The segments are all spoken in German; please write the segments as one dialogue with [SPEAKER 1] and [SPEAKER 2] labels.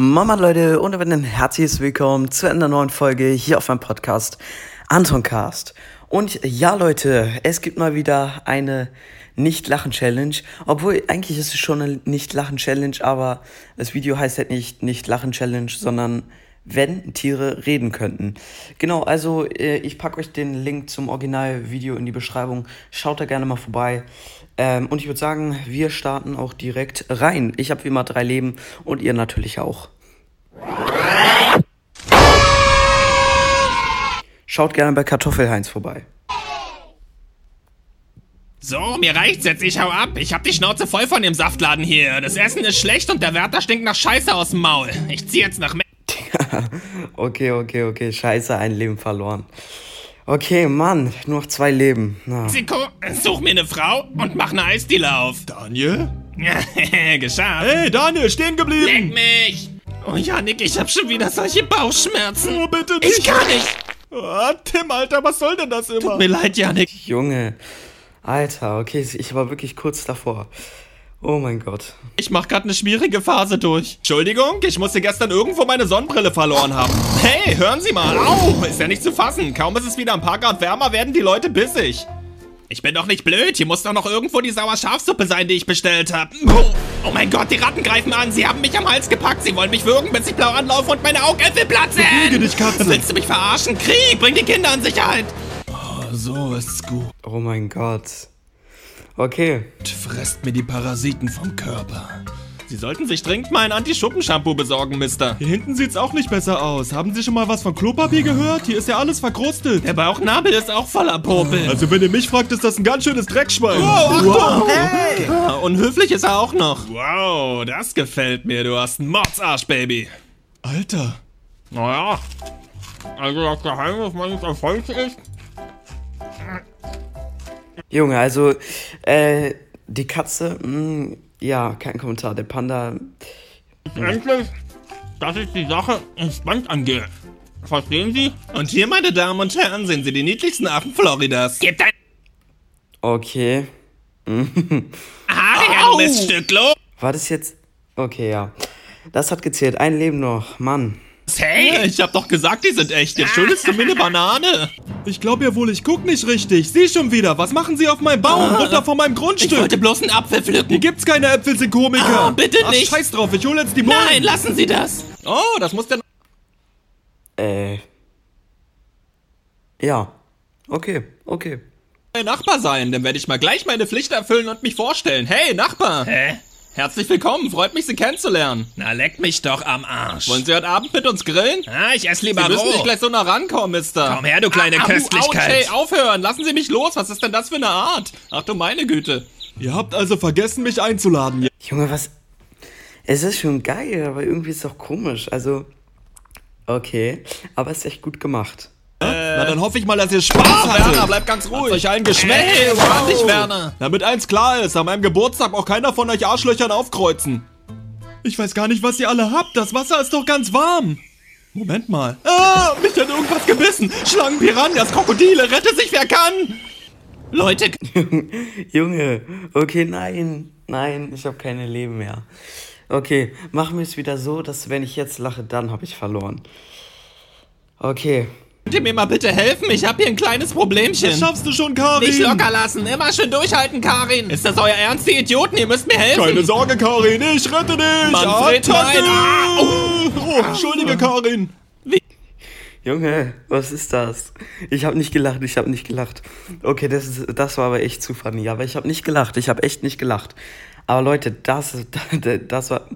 [SPEAKER 1] Mama Leute und damit ein herzliches Willkommen zu einer neuen Folge hier auf meinem Podcast Antoncast. Und ja Leute, es gibt mal wieder eine Nicht-Lachen-Challenge. Obwohl eigentlich ist es schon eine Nicht-Lachen-Challenge, aber das Video heißt halt nicht Nicht-Lachen-Challenge, sondern wenn Tiere reden könnten. Genau, also äh, ich packe euch den Link zum Originalvideo in die Beschreibung. Schaut da gerne mal vorbei. Ähm, und ich würde sagen, wir starten auch direkt rein. Ich habe wie immer drei Leben und ihr natürlich auch. Schaut gerne bei Kartoffelheinz vorbei.
[SPEAKER 2] So, mir reicht's jetzt, ich hau ab. Ich hab die Schnauze voll von dem Saftladen hier. Das Essen ist schlecht und der Wärter stinkt nach Scheiße aus dem Maul. Ich zieh jetzt nach... Me
[SPEAKER 1] Okay, okay, okay. Scheiße, ein Leben verloren. Okay, Mann, nur noch zwei Leben. Na.
[SPEAKER 2] Mexiko, such mir eine Frau und mach eine Eisdiele auf.
[SPEAKER 3] Daniel?
[SPEAKER 2] Geschafft.
[SPEAKER 3] Hey, Daniel, stehen
[SPEAKER 2] Leck
[SPEAKER 3] geblieben!
[SPEAKER 2] mich! Oh ja, Nick, ich hab schon wieder solche Bauchschmerzen.
[SPEAKER 3] Oh, bitte
[SPEAKER 2] Ich
[SPEAKER 3] nicht!
[SPEAKER 2] kann nicht.
[SPEAKER 3] Ah, Tim, Alter, was soll denn das immer?
[SPEAKER 2] Tut mir leid, Janik.
[SPEAKER 1] Junge. Alter, okay, ich war wirklich kurz davor. Oh mein Gott.
[SPEAKER 2] Ich mach grad eine schwierige Phase durch.
[SPEAKER 3] Entschuldigung, ich musste gestern irgendwo meine Sonnenbrille verloren haben.
[SPEAKER 2] Hey, hören Sie mal. Au, ist ja nicht zu fassen. Kaum ist es wieder ein paar Grad wärmer, werden die Leute bissig. Ich bin doch nicht blöd. Hier muss doch noch irgendwo die saure Schafsuppe sein, die ich bestellt habe. Oh, oh mein Gott, die Ratten greifen an. Sie haben mich am Hals gepackt. Sie wollen mich würgen, bis ich blau anlaufe und meine Augäpfel platzen.
[SPEAKER 3] Bewege dich, Katze.
[SPEAKER 2] Willst du mich verarschen? Krieg, bring die Kinder in Sicherheit.
[SPEAKER 3] So ist's gut.
[SPEAKER 1] Oh mein Gott. Okay.
[SPEAKER 3] Fresst mir die Parasiten vom Körper.
[SPEAKER 2] Sie sollten sich dringend mal ein Anti-Schuppen-Shampoo besorgen, Mister.
[SPEAKER 3] Hier hinten sieht's auch nicht besser aus. Haben Sie schon mal was von Klopapier gehört? Hier ist ja alles verkrustet.
[SPEAKER 2] Der Bauchnabel ist auch voller Popel.
[SPEAKER 3] Also, wenn ihr mich fragt, ist das ein ganz schönes Dreckschwein.
[SPEAKER 2] Ah, Unhöflich ist er auch noch. Wow, das gefällt mir. Du hast einen Mordsarsch, Baby.
[SPEAKER 3] Alter.
[SPEAKER 2] Naja, also das Geheimnis meines Erfolgs ist...
[SPEAKER 1] Junge, also, äh, die Katze, mh, ja, kein Kommentar. Der Panda,
[SPEAKER 2] endlich, dass ich die Sache entspannt angehe. Verstehen Sie? Und hier, meine Damen und Herren, sehen Sie die niedlichsten Affen Floridas. Gib dein
[SPEAKER 1] okay.
[SPEAKER 2] Haar her, du Miststücklo!
[SPEAKER 1] War das jetzt? Okay, ja. Das hat gezählt. Ein Leben noch. Mann.
[SPEAKER 2] Hey!
[SPEAKER 3] Ich hab doch gesagt, die sind echt. Jetzt schuldest du mir eine Banane. Ich glaub ja wohl, ich guck nicht richtig. Sie schon wieder. Was machen Sie auf meinem Baum? Runter von meinem Grundstück.
[SPEAKER 2] Ich wollte bloß einen Apfel
[SPEAKER 3] Hier
[SPEAKER 2] pflücken.
[SPEAKER 3] gibt's keine Äpfel, sind Komiker.
[SPEAKER 2] Ah, bitte
[SPEAKER 3] Ach,
[SPEAKER 2] nicht.
[SPEAKER 3] scheiß drauf, ich hol jetzt die Bullen.
[SPEAKER 2] Nein, lassen Sie das!
[SPEAKER 3] Oh, das muss der...
[SPEAKER 1] Äh. Ja. Okay, okay.
[SPEAKER 3] Hey, Nachbar sein, dann werde ich mal gleich meine Pflicht erfüllen und mich vorstellen. Hey, Nachbar!
[SPEAKER 2] Hä?
[SPEAKER 3] Herzlich willkommen, freut mich, Sie kennenzulernen.
[SPEAKER 2] Na, leck mich doch am Arsch.
[SPEAKER 3] Wollen Sie heute Abend mit uns grillen? Sie
[SPEAKER 2] Ah, ich esse lieber
[SPEAKER 3] müssen
[SPEAKER 2] roh.
[SPEAKER 3] nicht gleich so nah rankommen, Mister.
[SPEAKER 2] Komm her, du kleine
[SPEAKER 3] Au, au,
[SPEAKER 2] Köstlichkeit.
[SPEAKER 3] Autsch, hey, aufhören, lassen Sie mich los, was ist denn das für eine Art? Ach du meine Güte. Äh. Ihr habt also vergessen, mich einzuladen.
[SPEAKER 1] Junge, was? Es ist schon geil, aber irgendwie ist es auch komisch. Also, okay. Aber es ist echt gut gemacht.
[SPEAKER 3] Na, dann hoffe ich mal, dass ihr Spaß
[SPEAKER 2] Oh,
[SPEAKER 3] hattet.
[SPEAKER 2] Werner, bleib ganz ruhig.
[SPEAKER 3] Hat's euch allen geschmeckt.
[SPEAKER 2] Hey, wow.
[SPEAKER 3] Dich, Werner. Damit eins klar ist, an meinem Geburtstag auch keiner von euch Arschlöchern aufkreuzen. Ich weiß gar nicht, was ihr alle habt. Das Wasser ist doch ganz warm. Moment mal. Ah, mich hat irgendwas gebissen. Schlangen, Piranhas, Krokodile, rette sich, wer kann.
[SPEAKER 2] Leute,
[SPEAKER 1] Junge, okay, nein, nein, ich habe keine Leben mehr. Okay, machen wir es wieder so, dass wenn ich jetzt lache, dann habe ich verloren. Okay,
[SPEAKER 2] könnt ihr mir mal bitte helfen? Ich habe hier ein kleines Problemchen.
[SPEAKER 3] Das schaffst du schon, Karin.
[SPEAKER 2] Nicht locker lassen, immer schön durchhalten, Karin. Ist das euer Ernst, die Idioten? Ihr müsst mir helfen.
[SPEAKER 3] Keine Sorge, Karin, ich rette dich.
[SPEAKER 2] Manfred,
[SPEAKER 3] Attacke.
[SPEAKER 2] nein. Ah,
[SPEAKER 3] Oh, entschuldige, Karin.
[SPEAKER 1] Junge, was ist das? Ich habe nicht gelacht, ich habe nicht gelacht. Okay, das, ist, das war aber echt zu funny, aber ich habe nicht gelacht, ich habe echt nicht gelacht. Aber Leute, das, das war...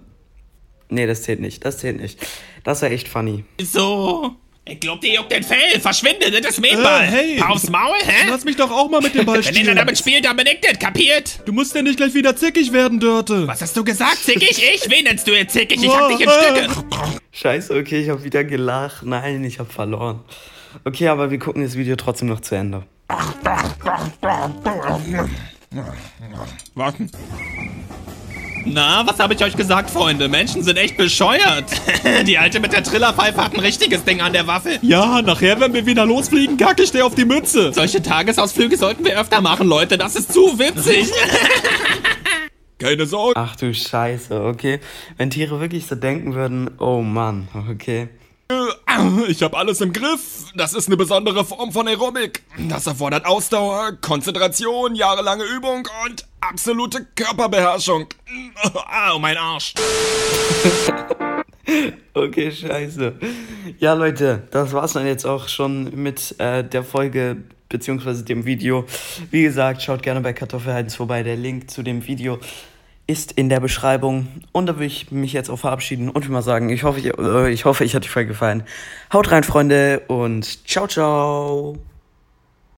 [SPEAKER 1] Nee, das zählt nicht, das zählt nicht. Das war echt funny.
[SPEAKER 2] So. Ich glaub, dir juckt den Fell. Verschwinde, das ist Mehlball.
[SPEAKER 3] Äh, hey.
[SPEAKER 2] Aufs Maul, hä?
[SPEAKER 3] Lass mich doch auch mal mit dem Ball
[SPEAKER 2] Wenn ihr
[SPEAKER 3] spielen.
[SPEAKER 2] damit spielt, dann Äh. bin ich das, kapiert?
[SPEAKER 3] Du musst ja nicht gleich wieder zickig werden, Dörte.
[SPEAKER 2] Was hast du gesagt? Zickig ich? Wen nennst du jetzt zickig? Ich hab dich in
[SPEAKER 3] Äh.
[SPEAKER 2] Stücke.
[SPEAKER 1] Scheiße, okay, ich habe wieder gelacht. Nein, ich habe verloren. Okay, aber wir gucken das Video trotzdem noch zu Ende.
[SPEAKER 2] Warten. Na, was habe ich euch gesagt, Freunde? Menschen sind echt bescheuert. Die Alte mit der Trillerpfeife hat ein richtiges Ding an der Waffe.
[SPEAKER 3] Ja, nachher, wenn wir wieder losfliegen, kacke ich dir auf die Mütze.
[SPEAKER 2] Solche Tagesausflüge sollten wir öfter machen, Leute. Das ist zu witzig.
[SPEAKER 3] Keine Sorge.
[SPEAKER 1] Ach du Scheiße, okay. Wenn Tiere wirklich so denken würden, oh Mann, okay.
[SPEAKER 3] Ich habe alles im Griff. Das ist eine besondere Form von Aerobic. Das erfordert Ausdauer, Konzentration, jahrelange Übung und absolute Körperbeherrschung. Au, mein Arsch.
[SPEAKER 1] Okay, scheiße. Ja, Leute, das war's dann jetzt auch schon mit äh, der Folge beziehungsweise dem Video. Wie gesagt, schaut gerne bei Kartoffelheidens vorbei. Der Link zu dem Video ist in der Beschreibung. Und da will ich mich jetzt auch verabschieden und will mal sagen, ich hoffe, ich, äh, ich hoffe, ich hat euch gefallen. Haut rein, Freunde, und ciao, ciao.